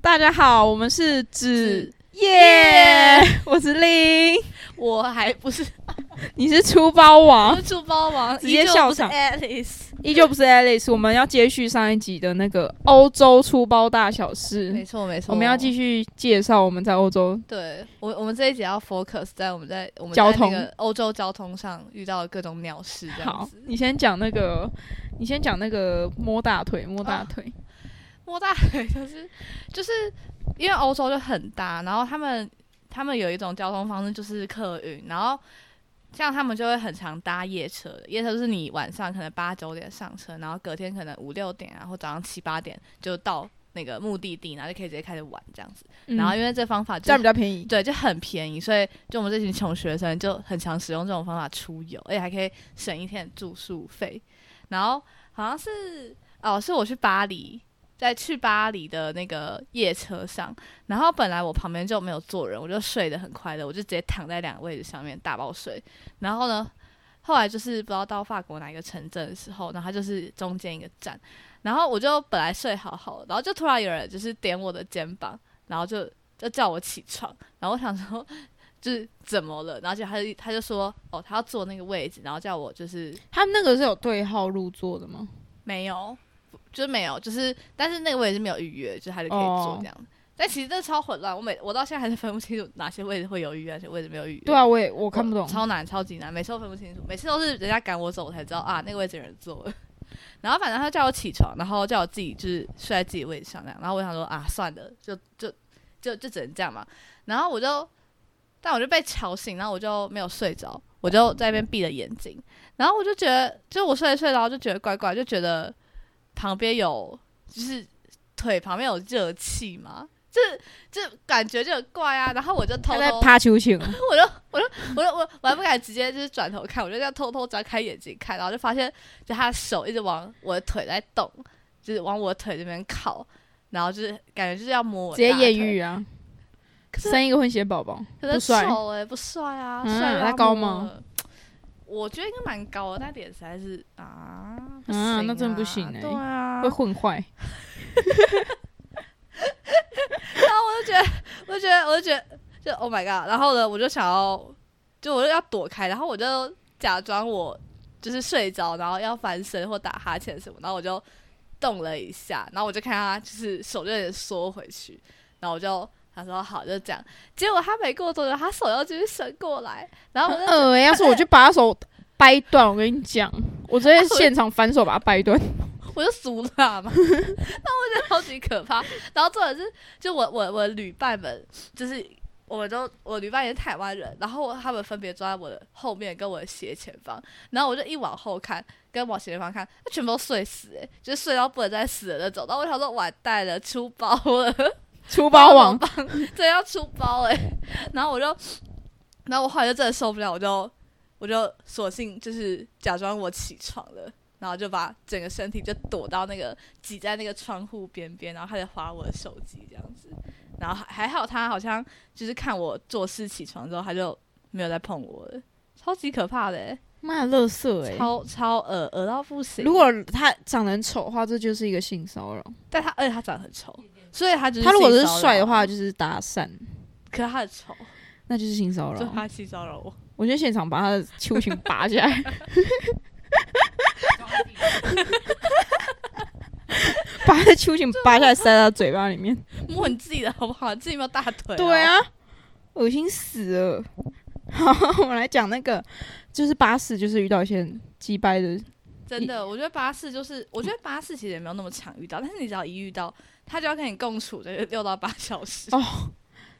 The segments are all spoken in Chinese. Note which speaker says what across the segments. Speaker 1: 大家好，我们是指耶 我是令，
Speaker 2: 我还不是
Speaker 1: 你是出包
Speaker 2: 我
Speaker 1: 王
Speaker 2: 是，出包王，
Speaker 1: 啊直接笑场
Speaker 2: 依旧不是，Alice，
Speaker 1: 依旧不是 Alice。我们要接续上一集的那个欧洲出包大小
Speaker 2: 没
Speaker 1: 事，
Speaker 2: 错没
Speaker 1: 嗯
Speaker 2: 错，
Speaker 1: 我们要继
Speaker 2: 续。
Speaker 1: 续介绍我们在欧洲。
Speaker 2: 对我，我们这一集要 focus 在我们在我们
Speaker 1: 交
Speaker 2: 在那
Speaker 1: 通
Speaker 2: 个欧洲交通上遇到的各种鸟事这样
Speaker 1: 好
Speaker 2: 子。，
Speaker 1: 你先讲那个，你先讲那个摸大腿，摸大腿。
Speaker 2: 哦摸大腿就是就是因为欧洲就很大，然后他们他们有一种交通方式就是客运，然后像他们就会很常搭夜车，夜车就是你晚上可能八九点上车，然后隔天可能五六点啊，然后早上七八点就到那个目的地，然后就可以直接开始玩这样子。
Speaker 1: 嗯
Speaker 2: 然后因为这方法
Speaker 1: 这
Speaker 2: 就
Speaker 1: 样比
Speaker 2: 是
Speaker 1: 较便宜。
Speaker 2: 对就很便宜，所以就我们这群穷学生就很常使用这种方法出游，而且还可以省一天的住宿费。然后好像是哦，是我去巴黎，在去巴黎的那个夜车上，然后本来我旁边就没有坐人，我就睡得很快乐，我就直接躺在两个位置上面大爆睡。然后呢，后来就是不知道到法国哪一个城镇的时候，然后它就是中间一个站，然后我就本来睡好好的，然后就突然有人就是点我的肩膀，然后就就叫我起床，然后我想说。就是怎么了？然后就他就他就说哦，他要坐那个位置，然后叫我就是
Speaker 1: 他们那个是有对号入座的吗？
Speaker 2: 没有，就是没有，就是但是那个位置没有预约，就是他就可以坐
Speaker 1: 哦
Speaker 2: 这样。但其实真的超混乱，我每我到现在还是分不清楚哪些位置会有预约，哪些位置没有预约。
Speaker 1: 对啊，我也我
Speaker 2: 我
Speaker 1: 看不懂。
Speaker 2: 超难，超级难，每次都分不清楚，每次都是人家赶我走，我才知道啊，那个位置有人坐 了。然后反正他叫我起床，然后叫我自己就是睡在自己位置上那样。然后我想说啊，算了，就就就就只能这样嘛。然后我就，但我就被吵醒，然后我就没有睡着，我就在那边闭了眼睛。然后我就觉得，就我睡着睡着，然后就觉得怪怪，就觉得旁边有就是腿旁边有热气嘛，这这感觉就很怪啊。然后我就偷
Speaker 1: 他在
Speaker 2: 偷
Speaker 1: 趴秋千哦，
Speaker 2: 我就我就我就我我还不敢直接就是转头看，我就这样偷偷张开眼睛看，然后就发现就他的手一直往我的腿在动，就是往我的腿这边靠，然后就是感觉就是要摸我
Speaker 1: 直接
Speaker 2: 大腿
Speaker 1: 艳，遇啊，
Speaker 2: 可是
Speaker 1: 生一个混血宝宝，
Speaker 2: 可
Speaker 1: 不
Speaker 2: 是
Speaker 1: 帅
Speaker 2: 丑哎、不帅啊，
Speaker 1: 嗯
Speaker 2: 帅、
Speaker 1: 他高吗？
Speaker 2: 我觉得应该蛮高的，但脸实在是啊，不
Speaker 1: 啊
Speaker 2: 行
Speaker 1: 那真的不
Speaker 2: 啊
Speaker 1: 行欸
Speaker 2: 对啊
Speaker 1: 会，混坏。
Speaker 2: 我就觉得，我就觉得，就 Oh my God！然后呢，我就想要，就我就要躲开，然后我就假装我就是睡着，然后要翻身或打哈欠什么，然后我就动了一下，然后我就看他就是手就有点缩回去，然后我就他说好就这样，结果他没过多久，他手又继续伸过来，然后我就
Speaker 1: 呃，要是我去把他手掰断，我跟你讲，我直 接现场反手把他掰断。
Speaker 2: 我就输了啊嘛， 那我觉得超级可怕。然后重点是，就我我我旅伴们，就是我们都我旅伴也是台湾人，然后他们分别坐在我的后面跟我的斜前方，然后我就一往后看，跟往斜前方看，他全部都睡死、欸，就是睡到不能再死的那种。然后我想说，完蛋了，出包了。
Speaker 1: 出包 王，
Speaker 2: 帮，这要出包哎、然后我就，然后我后来就真的受不了，我就我就索性就是假装我起床了，然后就把整个身体就躲到那个挤在那个窗户边边，然后他就划我的手机这样子。然后还还好他好像就是看我做事起床之后，他就没有再碰我了，超级可怕的、欸，
Speaker 1: 妈的，乐色哎！
Speaker 2: 超超恶恶到不行。
Speaker 1: 如果他长得很丑的话，这就是一个性骚扰。
Speaker 2: 但他而且他长得很丑，所以他就是
Speaker 1: 他如果
Speaker 2: 性
Speaker 1: 是
Speaker 2: 骚扰
Speaker 1: 帅的话，
Speaker 2: 啊，
Speaker 1: 就是搭讪，
Speaker 2: 可是他很丑，
Speaker 1: 那就是性骚
Speaker 2: 就
Speaker 1: 扰。啊
Speaker 2: 他性骚扰我。
Speaker 1: 我觉得现场把他的秋裙拔下 来， 把他的秋裙拔下来塞到嘴巴里面。
Speaker 2: 摸你自己的好不好？自己有没有大腿、
Speaker 1: 对，啊，恶心死了。好，我们来讲那个，就是巴士，就是遇到一些很鸡掰的
Speaker 2: 真的，我觉得巴士就是，我觉得巴士其实也没有那么常遇到，但是你只要一遇到，他就要跟你共处这六到八小时。
Speaker 1: 哦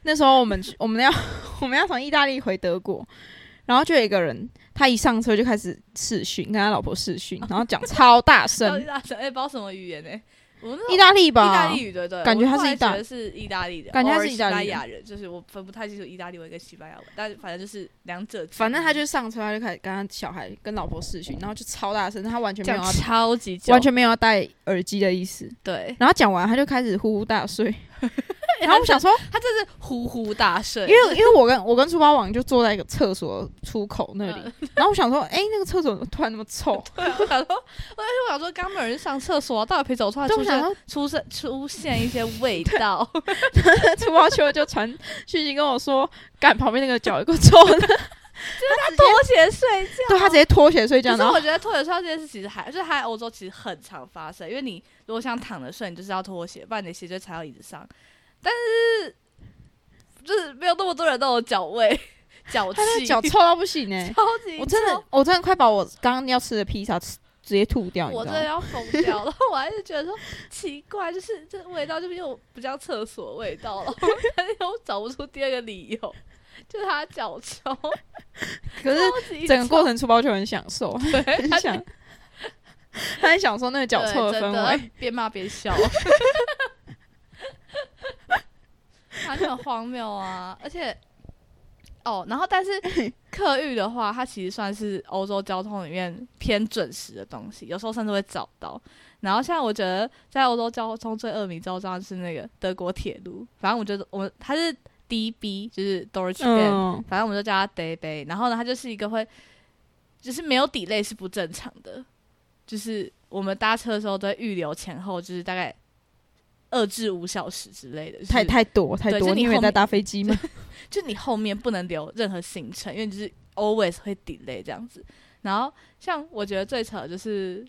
Speaker 1: 那时候我们去，我们要 我们要从意大利回德国，然后就有一个人，他一上车就开始视讯，跟他老婆视 讯，然后讲超大
Speaker 2: 到
Speaker 1: 声
Speaker 2: 意，大利，哎、不知道什么语言呢、我们那
Speaker 1: 哦意
Speaker 2: 种
Speaker 1: 大利吧，
Speaker 2: 意大利语对对，
Speaker 1: 感觉
Speaker 2: 我
Speaker 1: 他
Speaker 2: 后
Speaker 1: 是
Speaker 2: 来
Speaker 1: 意大
Speaker 2: 觉得是意大利人，
Speaker 1: 感觉他
Speaker 2: 偶尔
Speaker 1: 是意大利人
Speaker 2: 西班牙人，就是我分不太清楚意大利文跟西班牙文，但是反正就是两者之一，
Speaker 1: 反正他就上车，他就开始跟他小孩跟老婆视讯，然后就超大声，他完全没有
Speaker 2: 讲
Speaker 1: 要
Speaker 2: 超级久，
Speaker 1: 完全没有要戴耳机的意思，
Speaker 2: 对，
Speaker 1: 哎然后讲完他就开始呼呼大睡，
Speaker 2: 欸
Speaker 1: 然后我想说，
Speaker 2: 他真是 呼呼大睡，
Speaker 1: 因为因为我跟我跟书包王就坐在一个厕所出口那里，
Speaker 2: 嗯
Speaker 1: 然后我想说，哎、那个厕所怎么突然那么 臭？
Speaker 2: 对 啊，我想说，我我想说，刚没有人上厕所，到底陪走出来
Speaker 1: 对，
Speaker 2: 出
Speaker 1: 我想
Speaker 2: 现
Speaker 1: 说，
Speaker 2: 出现出现一些味道，
Speaker 1: 书包秋就传讯息跟我说，赶旁边那个脚有个臭
Speaker 2: 啊
Speaker 1: 的，
Speaker 2: 拖鞋睡觉。
Speaker 1: 对他直接脱鞋睡觉，
Speaker 2: 可是
Speaker 1: 然后
Speaker 2: 我觉得拖鞋睡觉这件事其实还就是它在欧洲其实很常发生，因为你如果想躺着睡，你就是要拖鞋，不然你的鞋就会踩到椅子上。但是就是没有那么多人都有脚味、脚
Speaker 1: 他那
Speaker 2: 气，
Speaker 1: 个脚臭到不行哎、
Speaker 2: 超级
Speaker 1: 我真的
Speaker 2: 臭。
Speaker 1: 我真的快把我刚刚要吃的披萨吃直接吐掉，你
Speaker 2: 我
Speaker 1: 知道
Speaker 2: 真的
Speaker 1: 吗？
Speaker 2: 要疯掉了，然后我还是觉得说奇怪，就是这味道就是又不叫厕所味道了，但是又找不出第二个理由，就是他脚臭，
Speaker 1: 可是
Speaker 2: 超级
Speaker 1: 整个
Speaker 2: 臭
Speaker 1: 过程出包就很享 受，
Speaker 2: 对，
Speaker 1: 很
Speaker 2: 他
Speaker 1: 想，他很享受那个脚臭
Speaker 2: 对
Speaker 1: 的
Speaker 2: 真
Speaker 1: 氛围。，
Speaker 2: 边骂 边笑，他就很荒谬啊！而且，哦，然后 但是客运的话，它其实算是欧洲交通里面偏准时的东西，有时候甚至会早到。然后现在我觉得在欧洲交通最恶名昭彰的是那个德国铁路，反正我觉得我它是 DB，就是 Deutsche Bahn，、
Speaker 1: 嗯，
Speaker 2: 反正我们就叫它 Day Bay。然后呢，它就是一个会，就是没有 delay 是不正常的，就是我们搭车的时候都会预留前后，就是大概二至五小时之类的。就是
Speaker 1: 太太多太
Speaker 2: 对
Speaker 1: 多，
Speaker 2: 就
Speaker 1: 你
Speaker 2: 你
Speaker 1: 以为
Speaker 2: 后
Speaker 1: 在
Speaker 2: 面
Speaker 1: 搭飞 机吗？
Speaker 2: 就你后面不能留任何行程，因为就是 always 会 delay 这样子。然后像我觉得最扯的就是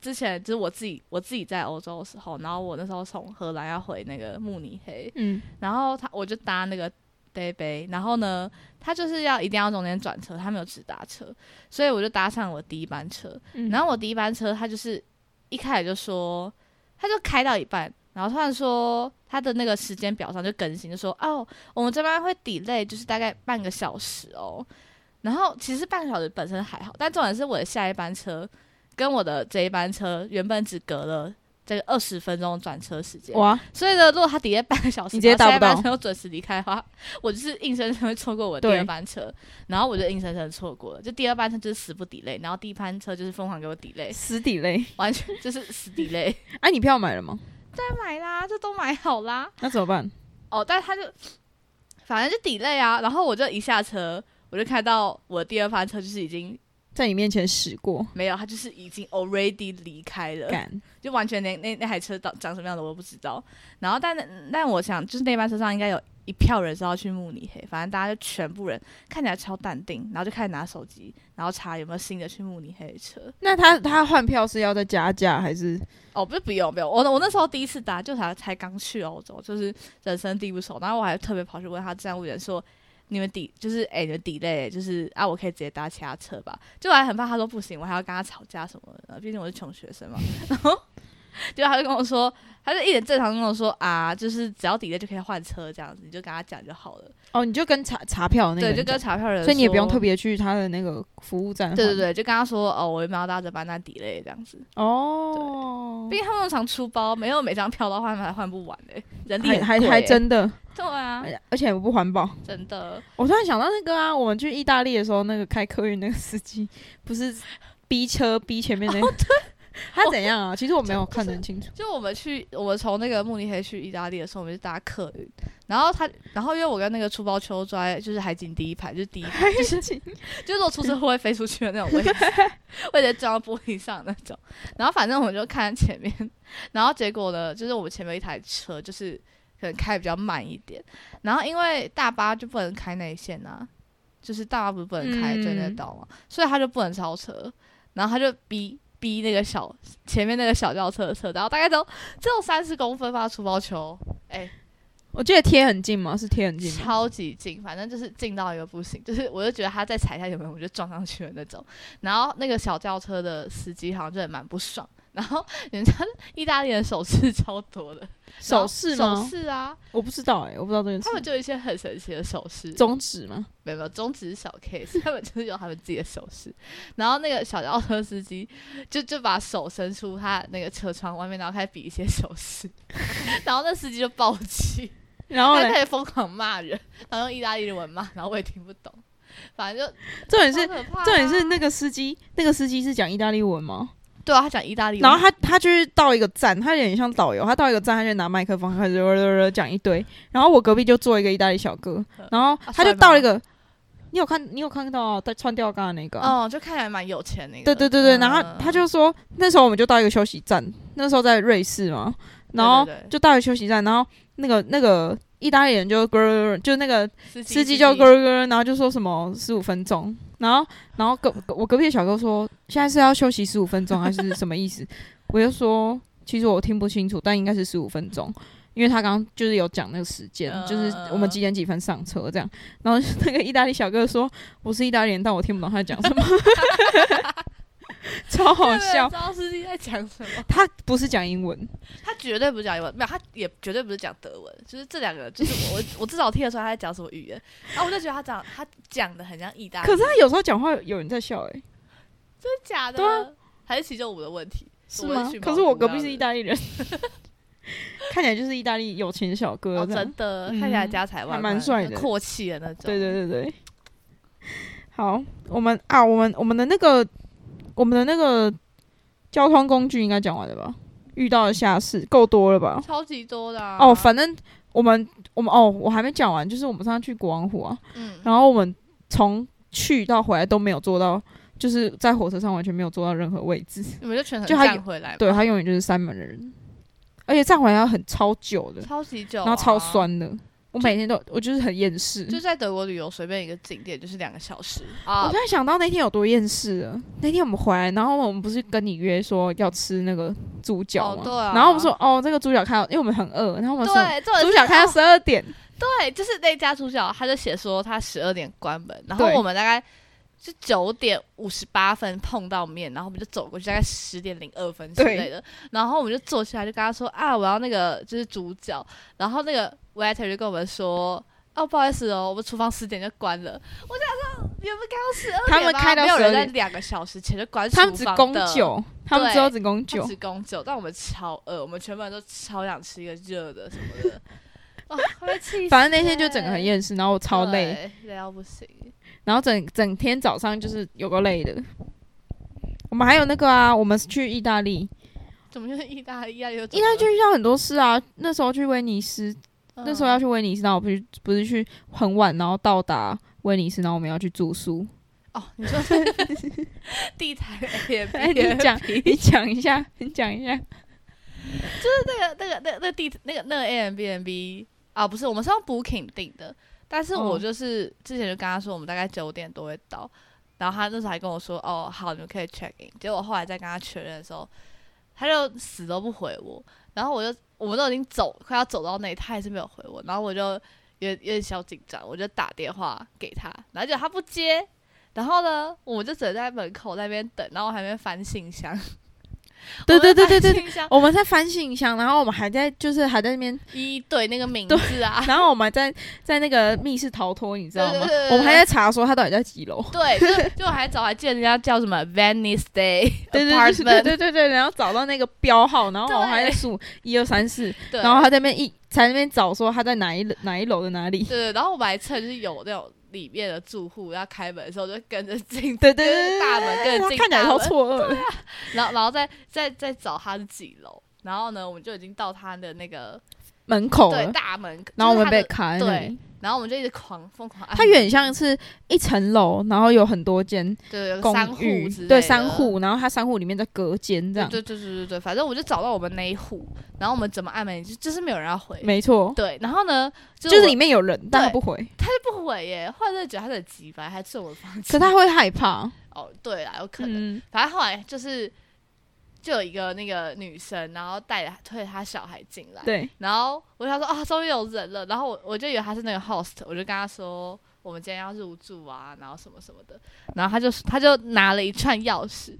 Speaker 2: 之前就是我自己我自己在欧洲的时候，然后我那时候从荷兰要回那个慕尼黑，
Speaker 1: 嗯，
Speaker 2: 然后他我就搭那个 day bay，然后呢，他就是要一定要中间转车，他没有直达车，所以我就搭上我第一班车。
Speaker 1: 嗯
Speaker 2: 然后我第一班车，他就是一开始就说，他就开到一半，然后突然说他的那个时间表上就更新，就说哦，我们这班会 delay，就是大概半个小时哦。然后其实半个小时本身还好，但重点是我的下一班车跟我的这一班车原本只隔了这个二十分钟转车时间，
Speaker 1: 哇，
Speaker 2: 所以呢，如果他抵在半个小时，
Speaker 1: 你直接
Speaker 2: 然
Speaker 1: 搭
Speaker 2: 后
Speaker 1: 不到
Speaker 2: 下一班车又准时离开的话， 我就是硬生生会错过我的
Speaker 1: 对
Speaker 2: 第二班车，然后我就硬生生错过了，就第二班车就是死不 delay，然后第一班车就是疯狂给我 delay，
Speaker 1: 死底嘞！
Speaker 2: 完全就是死 delay。
Speaker 1: 哎，你票买了吗？
Speaker 2: 该买啦，这都买好啦。
Speaker 1: 那怎么办？
Speaker 2: 哦，但是他就反正就 delay 啊，然后我就一下车，我就看到我的第二班车就是已经
Speaker 1: 在你面前驶过，
Speaker 2: 没有，他就是已经 already 离开了。
Speaker 1: 干
Speaker 2: 就完全连那那台车长长什么样的我都不知道。然后但，但我想，就是那班车上应该有一票人是要去慕尼黑，反正大家就全部人看起来超淡定，然后就开始拿手机，然后查有没有新的去慕尼黑的车。
Speaker 1: 那他他换票是要再加价还是？
Speaker 2: 哦，不是，不用，不用。我我那时候第一次搭，就才才刚去欧洲，就是人生地不熟。然后我还特别跑去问他站务员说：“你们抵就是哎、你们 delay 就是啊，我可以直接搭其他车吧？”就我还很怕他说不行，我还要跟他吵架什么的，毕竟我是穷学生嘛。 然后就他就跟我说，他就一脸正常地跟我说啊，就是只要 delay 就可以换车这样子，你就跟他讲就好了。
Speaker 1: 哦，你就跟查查票的那个人
Speaker 2: 对，就跟查票人，
Speaker 1: 讲，所以你也不用特。别去他的那个服务站。
Speaker 2: 对对，对，就跟他说哦，我原本要搭这班，但 delay 这样子。
Speaker 1: 哦
Speaker 2: 毕，竟他们那么常出包，没有每张票都换还换不完的、人力
Speaker 1: 还
Speaker 2: 很
Speaker 1: 还
Speaker 2: 贵
Speaker 1: 还
Speaker 2: 欸
Speaker 1: 真哎的，
Speaker 2: 对啊，
Speaker 1: 而且不环保。
Speaker 2: 真的，
Speaker 1: 我突然想到那个啊，我们去意大利的时候，那个开客运那个司机不是逼车逼前面那
Speaker 2: 哦
Speaker 1: 个，他怎样啊？其实我没有看得很清楚。
Speaker 2: 就我们去，我们从那个慕尼黑去意大利的时候，我们就搭客运，然后他，然后因为我跟那个出包秋拽就是海景第一排，就是第一排，就是就是我出车祸会飞出去的那种位置， 会直接撞到玻璃上那种。然后反正我们就看前面，然后结果呢，就是我们前面一台车就是可能开比较慢一点，然后因为大巴就不能开内线啊，就是大巴不是不能开
Speaker 1: 嗯
Speaker 2: 对内道嘛，所以他就不能超车，然后他就逼逼那个小前面那个小轿车的车，然后大概都只有三十公分吧，出包球，哎、
Speaker 1: 我记得贴很近吗？是贴很近吗？
Speaker 2: 超级近，反正就是近到一个不行，就是我就觉得他再踩一下油门，我就撞上去的那种。然后那个小轿车的司机好像就也蛮不爽，然后 人家意大利人手势超多的，
Speaker 1: 手势
Speaker 2: 然后
Speaker 1: 吗
Speaker 2: 手？势啊，
Speaker 1: 我不知道哎、我不知道这件事
Speaker 2: 他。们就有一些很神奇的手势，
Speaker 1: 中指吗？
Speaker 2: 没有没有，中指是小 case，他们就是有他们自己的手势。然后那个小轿车司机就就把手伸出他那个车窗外面，然后开始比一些手势， 然后那司机就暴气。
Speaker 1: 然后
Speaker 2: 他
Speaker 1: 嘞，
Speaker 2: 开始疯狂骂人，然后用意大利文骂，然后我也听不懂，反正就
Speaker 1: 重点是
Speaker 2: 超可怕啊
Speaker 1: 重点是那个司机，那个司机是讲意大利文吗？
Speaker 2: 对啊，他讲意大利文，
Speaker 1: 然后他他就是到一个站，他有点像导游，他到一个站，他就拿麦克风开始呃讲一堆。然后我隔壁就坐一个意大利小哥，
Speaker 2: 呃
Speaker 1: 然后
Speaker 2: 啊
Speaker 1: 他就到了一个，你有看你有看到他穿吊嘎的那个啊？
Speaker 2: 哦，就看起来蛮有钱那个。
Speaker 1: 对对对对，
Speaker 2: 嗯
Speaker 1: 然后他就说那时候我们就到一个休息站，那时候在瑞士嘛，然后
Speaker 2: 对对对
Speaker 1: 就到一个休息站，然后那个那个意大利人就咯咯咯，就那个
Speaker 2: 司
Speaker 1: 司机就咯咯咯，然后就说什么十五分钟，然后然后隔我隔壁的小哥说现在是要休息十五分钟还是什么意思？我就说其实我听不清楚，但应该是十五分钟，因为他刚刚就是有讲那个时间，
Speaker 2: 嗯
Speaker 1: 就是我们几点几分上车这样。然后那个意大利小哥说我是意大利人，但我听不懂他在讲什 么，超好笑。
Speaker 2: 知道司机在讲什么？
Speaker 1: 他不是讲英文，
Speaker 2: 他绝对不是讲英文，没有，他也绝对不是讲德文，就是这两个，就是我我我至少听得出来他在讲什么语言。然后我就觉得他讲他讲的很像意大利，
Speaker 1: 可是他有时候讲话有人在笑、欸，诶，
Speaker 2: 真的假的？
Speaker 1: 对啊
Speaker 2: 还是其中我的问题？
Speaker 1: 是
Speaker 2: 我
Speaker 1: 吗
Speaker 2: 也去？
Speaker 1: 可
Speaker 2: 毛
Speaker 1: 是我
Speaker 2: 菇
Speaker 1: 隔
Speaker 2: 那
Speaker 1: 壁
Speaker 2: 样
Speaker 1: 是
Speaker 2: 子
Speaker 1: 意大利 人，看起来就是意大利有钱小哥、
Speaker 2: 哦，
Speaker 1: 这样
Speaker 2: 真的，
Speaker 1: 嗯
Speaker 2: 看起来家财万
Speaker 1: 还
Speaker 2: 贯，
Speaker 1: 蛮帅的
Speaker 2: 阔气的那哦种。
Speaker 1: 对对对对，好，我们啊，我们我们的那个我们的那个交通工具应该讲完了吧？遇到的下事够多了吧？
Speaker 2: 超级多的、啊、
Speaker 1: 哦，反正我们我们哦，我还没讲完，就是我们上次去国王湖啊，
Speaker 2: 嗯，
Speaker 1: 然后我们从去到回来都没有坐到，就是在火车上完全没有坐到任何位 置，
Speaker 2: 你们就全程
Speaker 1: 就他
Speaker 2: 站
Speaker 1: 有
Speaker 2: 回来嘛，
Speaker 1: 对他永远就是三门的人，而且站回来要很超久的，
Speaker 2: 超级久、
Speaker 1: 然后超。酸的，我每天都我就是很厌世，
Speaker 2: 啊就在德国旅游，随便一个景点就是两个小时
Speaker 1: 我
Speaker 2: 啊
Speaker 1: 突，然想到那天有多厌世了。那天我们回来，然后我们不是跟你约说要吃那个猪脚
Speaker 2: 哦
Speaker 1: 吗？
Speaker 2: 对啊
Speaker 1: 然后我们说哦，这个猪脚开到，因为我们很饿，然后我们说
Speaker 2: 对，重点
Speaker 1: 猪
Speaker 2: 是
Speaker 1: 脚开
Speaker 2: 哦
Speaker 1: 到十二点，
Speaker 2: 对，哎就是那家主角，他就写说他十二点关门，然后
Speaker 1: 对
Speaker 2: 我们大概是九点五十八分碰到面，然后我们就走过去，大概十点零二分之
Speaker 1: 对
Speaker 2: 类的，然后我们就坐下来，就跟他说啊，我要那个就是主角，然后那个 waiter 就跟我们说。哦，不好意思哦，我们厨房十点就关了。我想说，你们刚刚十二点
Speaker 1: 他们
Speaker 2: 吗
Speaker 1: 开到
Speaker 2: 没有人
Speaker 1: 12
Speaker 2: 在
Speaker 1: 点
Speaker 2: 两个小时前就关厨
Speaker 1: 他
Speaker 2: 房
Speaker 1: 们
Speaker 2: 的。
Speaker 1: 只供酒，他们只有只供
Speaker 2: 他
Speaker 1: 酒，
Speaker 2: 只供酒，但我们超饿，我们全部人都超想吃一个热的什 么的。哦，会被气死
Speaker 1: 反正那天就
Speaker 2: 欸
Speaker 1: 整个很厌世，然后我超累，
Speaker 2: 对，累到不行。
Speaker 1: 然后整整天早上就是有个累的。我们还有那个啊，我们去意大利，
Speaker 2: 怎么就是意大利啊？有
Speaker 1: 意大利就遇到很多事啊。那时候去威尼斯，那时候要
Speaker 2: 去
Speaker 1: 去威尼斯，然后我不是不是去很晚，然后到达威尼斯，然后我们要去住宿。
Speaker 2: 哦，你说是地台 A
Speaker 1: 哎，你
Speaker 2: B
Speaker 1: 讲，你讲一下，你讲一下。
Speaker 2: 那个那个那个那个地那个那个 A M B N B 啊，不是，我们是用 Booking 订的，但是我
Speaker 1: 哦
Speaker 2: 就是、之前就跟他说我们大概九点多会到，然后他那时候还跟我说哦好，你们可以 check in，结果后来再跟他确认的时候，他就死都不回我，然后我就我们都已经走快要走到那里，他还是没有回我，然后我就有有点小紧张，我就打电话给他，然后结果他不接。然后呢，我们就只能在门口那边等，然后我还没翻信箱。
Speaker 1: 对
Speaker 2: 我在
Speaker 1: 对对对
Speaker 2: 翻
Speaker 1: 对，
Speaker 2: 信箱
Speaker 1: 我们在翻信箱，然后我们还在就是还在那边，
Speaker 2: 一对那个名字啊，
Speaker 1: 然后我们还在在那个密室逃脱，你知道吗
Speaker 2: 对对对对？
Speaker 1: 我们还在查说他到底在几 楼。
Speaker 2: 对，就就我还找还记得人家叫什么 Venice Day
Speaker 1: 对对对对
Speaker 2: Apartment，
Speaker 1: 对对对，然后找到那个标号，然后
Speaker 2: 对
Speaker 1: 我还在数一二三四，
Speaker 2: 对
Speaker 1: 然后他在那边一在那边找说他在哪一哪一楼的哪里。
Speaker 2: 对，然后我们还趁就是有那种里面的住户要开门的时候，就跟着进，
Speaker 1: 对对对
Speaker 2: 跟着
Speaker 1: 对，
Speaker 2: 大门跟着
Speaker 1: 对
Speaker 2: 进
Speaker 1: 他看起来
Speaker 2: 大
Speaker 1: 超
Speaker 2: 门
Speaker 1: 错愕的。
Speaker 2: 然后然后再再再找他是几楼，然后呢，我们就已经到他的那个
Speaker 1: 门口
Speaker 2: 对
Speaker 1: 了，
Speaker 2: 大门，
Speaker 1: 然后我
Speaker 2: 就
Speaker 1: 们
Speaker 2: 是他
Speaker 1: 被
Speaker 2: 的，
Speaker 1: 卡在那里。
Speaker 2: 然后我们就一直狂疯狂按
Speaker 1: 它
Speaker 2: 门，
Speaker 1: 有点像是一层楼，然后有很多间
Speaker 2: 对有
Speaker 1: 公
Speaker 2: 个三户
Speaker 1: 寓
Speaker 2: 之，类
Speaker 1: 对，
Speaker 2: 的
Speaker 1: 三。户，然后它三户里面在隔间这
Speaker 2: 对
Speaker 1: 样，
Speaker 2: 对对对对对，反正我就找到我们那一户，然后我们怎么按门，就就是没有人要回。
Speaker 1: 没错，
Speaker 2: 对，然后呢，就
Speaker 1: 就是
Speaker 2: 我
Speaker 1: 里面有人，但他不回，
Speaker 2: 他就不回耶，后来真的觉得他很急白，还睡我的房
Speaker 1: 可
Speaker 2: 间。
Speaker 1: 他会害怕，
Speaker 2: 哦，对啦，有可能。
Speaker 1: 嗯，
Speaker 2: 反正后来就是就有一个那个女生，然后带着推着她小孩进来，
Speaker 1: 嗯对，
Speaker 2: 然后我想说啊，终于有人了，然后我我就以为她是那个 host，我就跟她说我们今天要入住啊，然后什么什么的，然后她就她就拿了一串钥匙。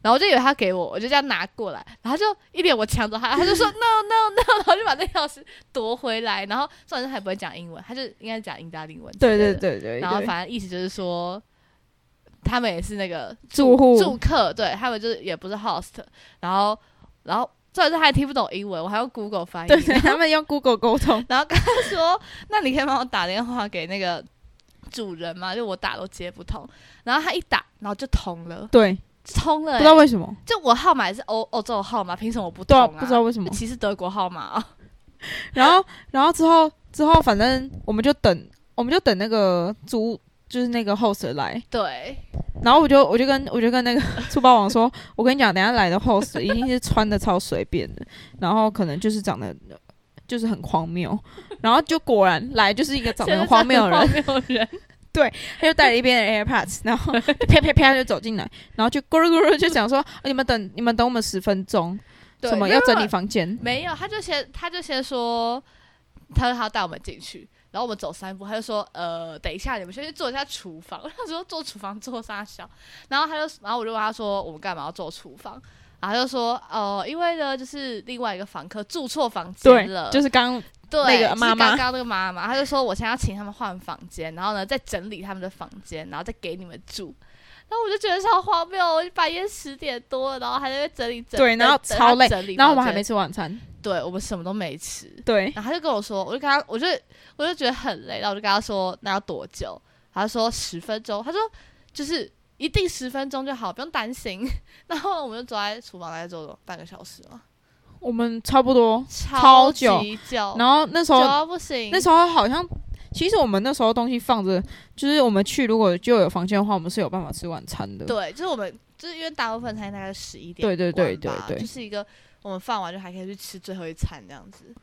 Speaker 2: 然后我就以为她给我，我就这样拿过来，然后她就一脸我抢走她，她 就说 no no no，然后 就把那钥匙夺回来，然后算是还不会讲英文，她就应该讲意大利文之类
Speaker 1: 对
Speaker 2: 的。
Speaker 1: 对对对，
Speaker 2: 然后
Speaker 1: 对
Speaker 2: 反正意思就是说，他们也是那个
Speaker 1: 住户
Speaker 2: 住客，对他们就是也不是 host，然后然后重点是他还听不懂英文，我还用 Google 翻译。
Speaker 1: 对 对，他们用 Google 沟通，
Speaker 2: 然后跟他说：“那你可以帮我打电话给那个主人吗？就我打都接不通。”然后他一打，然后就通了。
Speaker 1: 对，
Speaker 2: 通了、
Speaker 1: 不知道
Speaker 2: 欸。
Speaker 1: 为什么，
Speaker 2: 就我号码也是欧欧洲的号码，凭什么我不
Speaker 1: 对
Speaker 2: 通
Speaker 1: 啊，不知道为什么。
Speaker 2: 其实德国号码啊，
Speaker 1: 然后，然后之后之后，反正我们就等，我们就等那个租，就是那个 host 来。
Speaker 2: 对，
Speaker 1: 然后我就我就跟我就跟那个 粗包王说，我跟你讲，等一下来的 host 一定是穿的超随便的，然后可能就是长得就是很荒谬。然后就果然来就是一个长得很荒谬的人，
Speaker 2: 荒谬人，
Speaker 1: 他就带了一边的 AirPods，然后啪啪啪就走进来，然后就咕噜咕噜就讲说，啊你们等你们等我们十分钟，
Speaker 2: 对
Speaker 1: 什么
Speaker 2: 没
Speaker 1: 要
Speaker 2: 有啊
Speaker 1: 整理房间。
Speaker 2: 没有，他就先他就先说，他说他要带我们进去，然后我们走三步，他就说，呃，等一下，你们先去做一下厨房。 他说做厨房做啥小？然后他就，然后我就问他说，我们干嘛要做厨房？然后他就说，哦、因为呢，就是另外一个房客住错房
Speaker 1: 对
Speaker 2: 间了，，
Speaker 1: 就是刚
Speaker 2: 对，
Speaker 1: 那个
Speaker 2: 是
Speaker 1: 妈妈
Speaker 2: 刚刚那个妈妈，她就说我现在要请他们换房间，然后呢再整理他们的房间，然后再给你们住。然后我就觉得超荒谬，我半夜十点多，然后还在那边整理整
Speaker 1: 对然后
Speaker 2: 等
Speaker 1: 超累
Speaker 2: 等她整理
Speaker 1: 然后我们
Speaker 2: 房
Speaker 1: 还
Speaker 2: 间
Speaker 1: 没吃晚餐，
Speaker 2: 对，我们什么都没吃。
Speaker 1: 对，
Speaker 2: 然后他就跟我说，我就跟他，我就我就觉得很累，然后我就跟他说，那要多久？他说十分钟，他说就是一定十分钟就好，不用担心。 然后我们就走在厨房，大概坐了半个小时嘛，
Speaker 1: 我们差不多。
Speaker 2: 超
Speaker 1: 久
Speaker 2: 级久，
Speaker 1: 然后那时
Speaker 2: 久
Speaker 1: 候
Speaker 2: 到不行。
Speaker 1: 那时候好像，其实我们那时候东西放着，就是我们去如果就有房间的话，我们是有办法吃晚餐的。
Speaker 2: 对，就是我们就是因为大部分餐厅大概十一点
Speaker 1: 对对对
Speaker 2: 关吧
Speaker 1: 对对
Speaker 2: 就是一个我们放完就还可以去吃最后一餐这样子。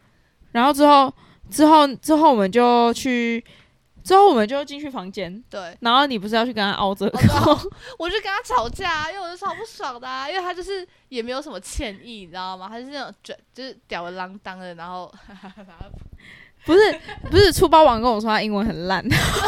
Speaker 1: 然后之后之后之后我们就去，之后我们就进去房间，
Speaker 2: 对，
Speaker 1: 然后你不是要去跟他凹 这个
Speaker 2: 哦对啊我就跟他吵架啊，因为我就超不爽的、啊，因为他就是也没有什么歉意，你知道吗？他就是那种卷，就是吊儿郎当的，然 后
Speaker 1: 不是不是粗包王跟我说他英文很烂，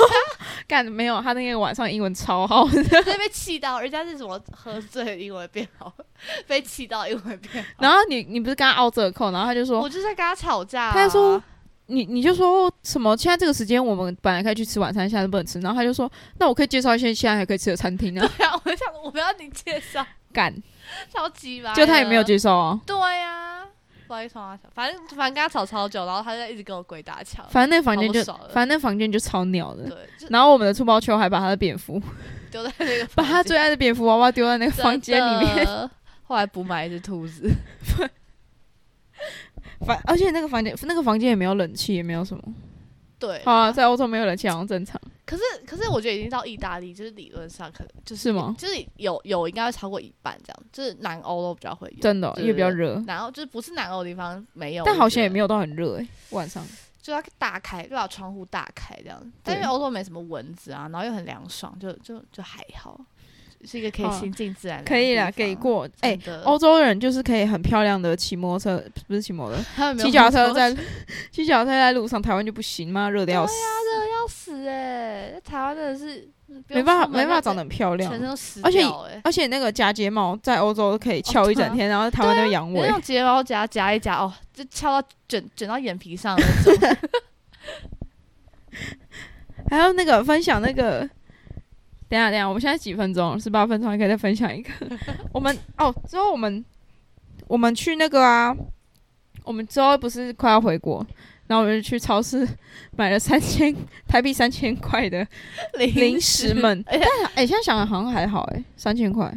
Speaker 1: 干没有他那个晚上英文超
Speaker 2: 哦
Speaker 1: 好，
Speaker 2: 就被气到，人家是什么喝醉英文变好， 被气到英文变好。
Speaker 1: 然后你你不是跟他凹这个扣，然后他就说
Speaker 2: 我就是在跟他吵架、啊，
Speaker 1: 他就说你你就说什么？现在这个时间我们本来可以去吃晚餐，现在不能吃。然后他就说，那我可以介绍一些现在还可以吃的餐厅啊。
Speaker 2: 对啊，我就想我不要你介绍，
Speaker 1: 干，
Speaker 2: 超级吧，
Speaker 1: 就他也没有介绍啊。
Speaker 2: 对呀、不好意思啊，反正反正跟他吵超久，然后他就一直跟我鬼打墙。
Speaker 1: 反正那房间就
Speaker 2: 好不爽，了
Speaker 1: 反正那房间就超鸟的。
Speaker 2: 对，就
Speaker 1: 然后我们的粗包球还把他的蝙蝠，
Speaker 2: 丢在那个
Speaker 1: 把他最爱的蝙蝠娃娃丢在那个房间里面。
Speaker 2: 面。后来补买一只 兔子，
Speaker 1: 反而且那个房间那个房间也没有冷气，也没有什么。
Speaker 2: 对
Speaker 1: 好啊，在欧洲没有冷气好像正常。
Speaker 2: 可是可是我觉得已经到意大利，就是理论上可能就是
Speaker 1: 是吗
Speaker 2: 就是有有应该会超过一半这样，就是南欧都比较会有，
Speaker 1: 真的哦，
Speaker 2: 对
Speaker 1: 因为比较热，
Speaker 2: 然后就是不是南欧的地方没有，
Speaker 1: 但好像也
Speaker 2: 有。
Speaker 1: 没有到很热诶、晚上。
Speaker 2: 就要打开，就把窗户打开这样。但因为欧洲没什么蚊子啊，然后又很凉爽，就就就还好，是一个可以
Speaker 1: 好
Speaker 2: 亲近自然的
Speaker 1: 可以啦，
Speaker 2: 地方
Speaker 1: 给。过。哎、
Speaker 2: 真的
Speaker 1: 欧洲人就是可以很漂亮的骑摩托车，不是骑摩托车，
Speaker 2: 他们没有
Speaker 1: 骑脚踏
Speaker 2: 什么
Speaker 1: 车 在骑脚踏车在路上，台湾就不行吗？热
Speaker 2: 啊
Speaker 1: 的要死，
Speaker 2: 要死哎、在台湾真的是
Speaker 1: 没办法，没办法长得，很漂
Speaker 2: 不用出门就
Speaker 1: 亮
Speaker 2: 全。身都湿
Speaker 1: 而且
Speaker 2: 掉哎、
Speaker 1: 而且那个假睫毛在欧洲可以
Speaker 2: 哦
Speaker 1: 翘一
Speaker 2: 啊
Speaker 1: 整天，然后台湾都阳
Speaker 2: 你那
Speaker 1: 痿。
Speaker 2: 种睫毛夹夹一夹哦，就翘到卷卷到眼皮上那种。
Speaker 1: 还有那个分享那个，等一下等一下，我们现在几分钟？十八分钟，还可以再分享 一个。我们哦，之后我们我们去那个啊，我们之后不是快要回国，然后我们就去超市买了三千台币三千块的 零食们。
Speaker 2: 哎
Speaker 1: 但
Speaker 2: 呀
Speaker 1: 哎、现在想想好像还好哎、三千块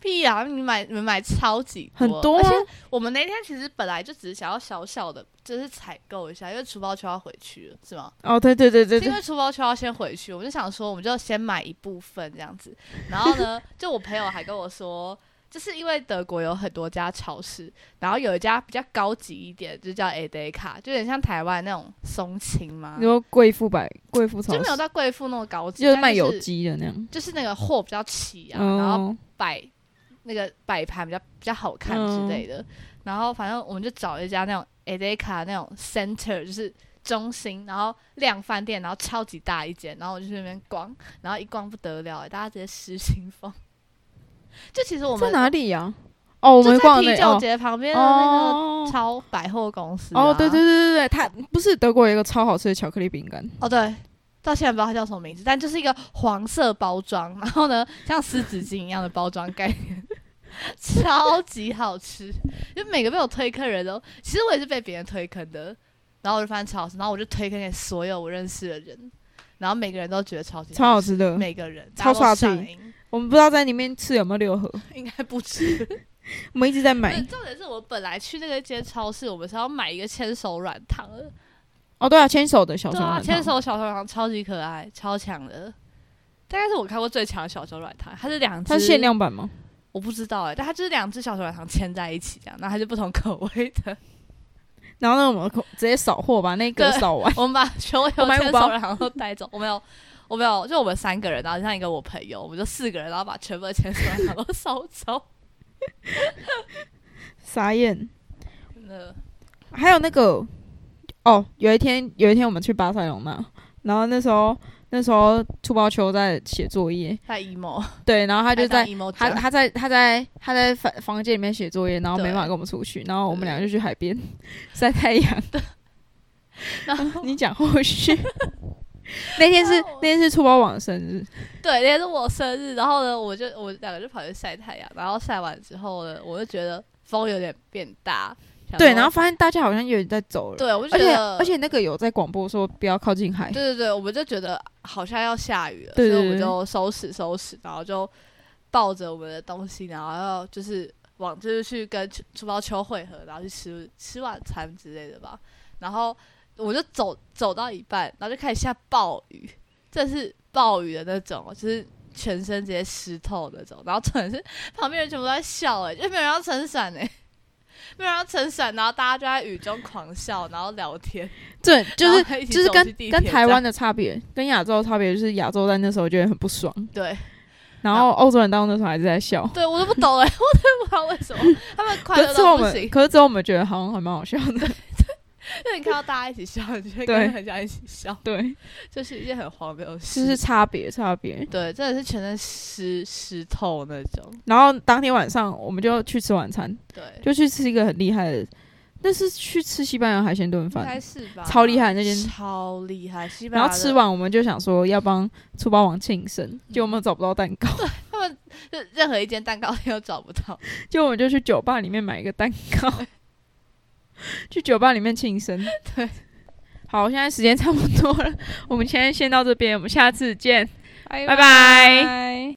Speaker 2: 屁啊！你买你们买超级
Speaker 1: 很多、
Speaker 2: 而
Speaker 1: 啊
Speaker 2: 且。我们那天其实本来就只是想要小小的，就是采购一下，因为厨包球要回去了，是吗？
Speaker 1: 哦，对对对对
Speaker 2: 是因
Speaker 1: 对，
Speaker 2: 为出包球要先回去，我们就想说，我们就先买一部分这样子。然后呢，就我朋友还跟我说，就是因为德国有很多家超市，然后有一家比较高级一点，就叫 A Day 卡，就有点像台湾那种松青嘛
Speaker 1: 你，说贵妇百贵妇超
Speaker 2: 就
Speaker 1: 市
Speaker 2: 没有到贵妇那么高级，
Speaker 1: 就是
Speaker 2: 但
Speaker 1: 卖有，机的那样，
Speaker 2: 就是那个货比较齐啊，然后
Speaker 1: 哦，
Speaker 2: 摆那个摆盘比较比较好看
Speaker 1: 嗯
Speaker 2: 之类的。然后反正我们就找一家那种 a d e c a 那种 center，就是中心，然后量饭店，然后超级大一间，然后我就去那边逛，然后一逛不得了、欸大家直接失心疯。就其实我
Speaker 1: 在
Speaker 2: 们
Speaker 1: 哪里呀？哦，我
Speaker 2: 就
Speaker 1: 们
Speaker 2: 在
Speaker 1: 逛
Speaker 2: 啤
Speaker 1: 那
Speaker 2: 酒
Speaker 1: 哦
Speaker 2: 节旁边的那个
Speaker 1: 哦
Speaker 2: 超百货公司、啊
Speaker 1: 哦，对对对对对，它不是德国有一个超好吃的巧克力饼干，
Speaker 2: 哦对。到现在不知道它叫什么名字，但就是一个黄色包装，然后呢，像湿纸巾一样的包装概念， 超级好吃。就每个被我推坑的人都，其实我也是被别人推坑的，然后我就发现超好吃，然后我就推坑给所有我认识的人，然后每个人都觉得超级
Speaker 1: 超好
Speaker 2: 吃，
Speaker 1: 吃的。
Speaker 2: 每个人
Speaker 1: 超
Speaker 2: 大家
Speaker 1: 刷
Speaker 2: 都上
Speaker 1: 屏
Speaker 2: 瘾
Speaker 1: 我们不知道在里面吃有没有六合，
Speaker 2: 应该不止。
Speaker 1: 我们一直在
Speaker 2: 不是
Speaker 1: 买。
Speaker 2: 重点是我本来去那个间超市，我们是要买一个牵手软糖的，
Speaker 1: 哦，对啊，牵手的小熊
Speaker 2: 对啊，
Speaker 1: 软
Speaker 2: 牵
Speaker 1: 糖，
Speaker 2: 手小熊软糖超级可爱，超强的，大概是我看过最强的小熊软糖，它是两只
Speaker 1: 它是限，量版吗？
Speaker 2: 我不知道哎、但它就是两只小熊软糖牵在一起这样，然后它是不同口味的。
Speaker 1: 然后呢，我们直接扫货把那个
Speaker 2: 对
Speaker 1: 扫完。
Speaker 2: 我们把所有
Speaker 1: 我买五
Speaker 2: 牵
Speaker 1: 包
Speaker 2: 手软糖都带走，我没有。我没有，就我们三个人，然后加上一个我朋友，我们就四个人，然后把全部的牵手软糖都 收走。
Speaker 1: 傻眼。
Speaker 2: 真的，
Speaker 1: 还有那个，哦，有一天有一天我们去巴塞隆那，然后那时候那时候兔包秋在写作业，
Speaker 2: 太 emo，
Speaker 1: 对，然后他
Speaker 2: 他
Speaker 1: 就在
Speaker 2: emo，
Speaker 1: 他
Speaker 2: 酱
Speaker 1: 他在他在他在房房间里面写作业，然后没办法跟我们出去，然后我们俩就去海边晒太阳。
Speaker 2: 然后
Speaker 1: 你讲后 续，那天是
Speaker 2: 然后我
Speaker 1: 那天是兔包网的生日，
Speaker 2: 对，那天是我生日，然后呢，我就我们两个就跑去晒太阳，然后晒完之后呢，我就觉得风有点变大，想
Speaker 1: 对，
Speaker 2: 说
Speaker 1: 然后发现大家好像有点在走了，
Speaker 2: 对，我就
Speaker 1: 而
Speaker 2: 觉
Speaker 1: 且
Speaker 2: 得，
Speaker 1: 而且那个有在广播说不要靠近海，
Speaker 2: 对 对对，我们就觉得好像要下雨了，
Speaker 1: 对
Speaker 2: 所以我
Speaker 1: 对
Speaker 2: 们
Speaker 1: 对
Speaker 2: 就收拾收拾，然后就抱着我们的东西，然后要就是往就是去跟出出包秋汇合，然后去吃吃晚餐之类的吧。然后我就走走到一半，然后就开始下暴雨，这是暴雨的那种，就是。全身直接湿透那种，然后重点是旁边人全部都在笑、欸，哎，就没有人要撑伞哎、 没有人要撑伞，然后大家就在雨中狂笑，然后聊天，
Speaker 1: 对，就
Speaker 2: 然
Speaker 1: 是
Speaker 2: 后还一起
Speaker 1: 就是
Speaker 2: 走去
Speaker 1: 跟
Speaker 2: 地
Speaker 1: 跟
Speaker 2: 铁
Speaker 1: 台
Speaker 2: 站
Speaker 1: 湾的差别，跟亚洲的差别就是亚洲在那时候觉得很不爽，
Speaker 2: 对，
Speaker 1: 然后欧洲人到那时候还是在笑。
Speaker 2: 对我都不懂哎、 我真的不知道为什么他们快
Speaker 1: 可
Speaker 2: 乐
Speaker 1: 是之后
Speaker 2: 到
Speaker 1: 我
Speaker 2: 不
Speaker 1: 们，
Speaker 2: 行，
Speaker 1: 可是之后我们觉得好像还蛮好笑的，
Speaker 2: 因为你看到大家一起笑，你就会
Speaker 1: 对
Speaker 2: 跟着很想一起笑，
Speaker 1: 对，
Speaker 2: 就是一件很荒谬
Speaker 1: 就
Speaker 2: 的事。
Speaker 1: 是差别差别。
Speaker 2: 对，真的是全身湿湿透那种。
Speaker 1: 然后当天晚上我们就去吃晚餐，
Speaker 2: 对，
Speaker 1: 就去吃一个很厉害的，那是去吃西班牙海鲜炖
Speaker 2: 应该
Speaker 1: 饭，
Speaker 2: 是吧？
Speaker 1: 超厉害那间
Speaker 2: 超厉害，西班
Speaker 1: 然
Speaker 2: 牙
Speaker 1: 后
Speaker 2: 的。
Speaker 1: 吃完我们就想说要帮粗包王庆
Speaker 2: 嗯
Speaker 1: 生，结果我们找不到蛋 糕，
Speaker 2: 他们任任何一间蛋糕店都找不到，
Speaker 1: 结果我们就去酒吧里面买一个蛋糕， 去酒吧里面庆生。
Speaker 2: 对，
Speaker 1: 好，现在时间差不多了，我们现在先到这边，我们下次见，
Speaker 2: 拜
Speaker 1: 拜拜
Speaker 2: 拜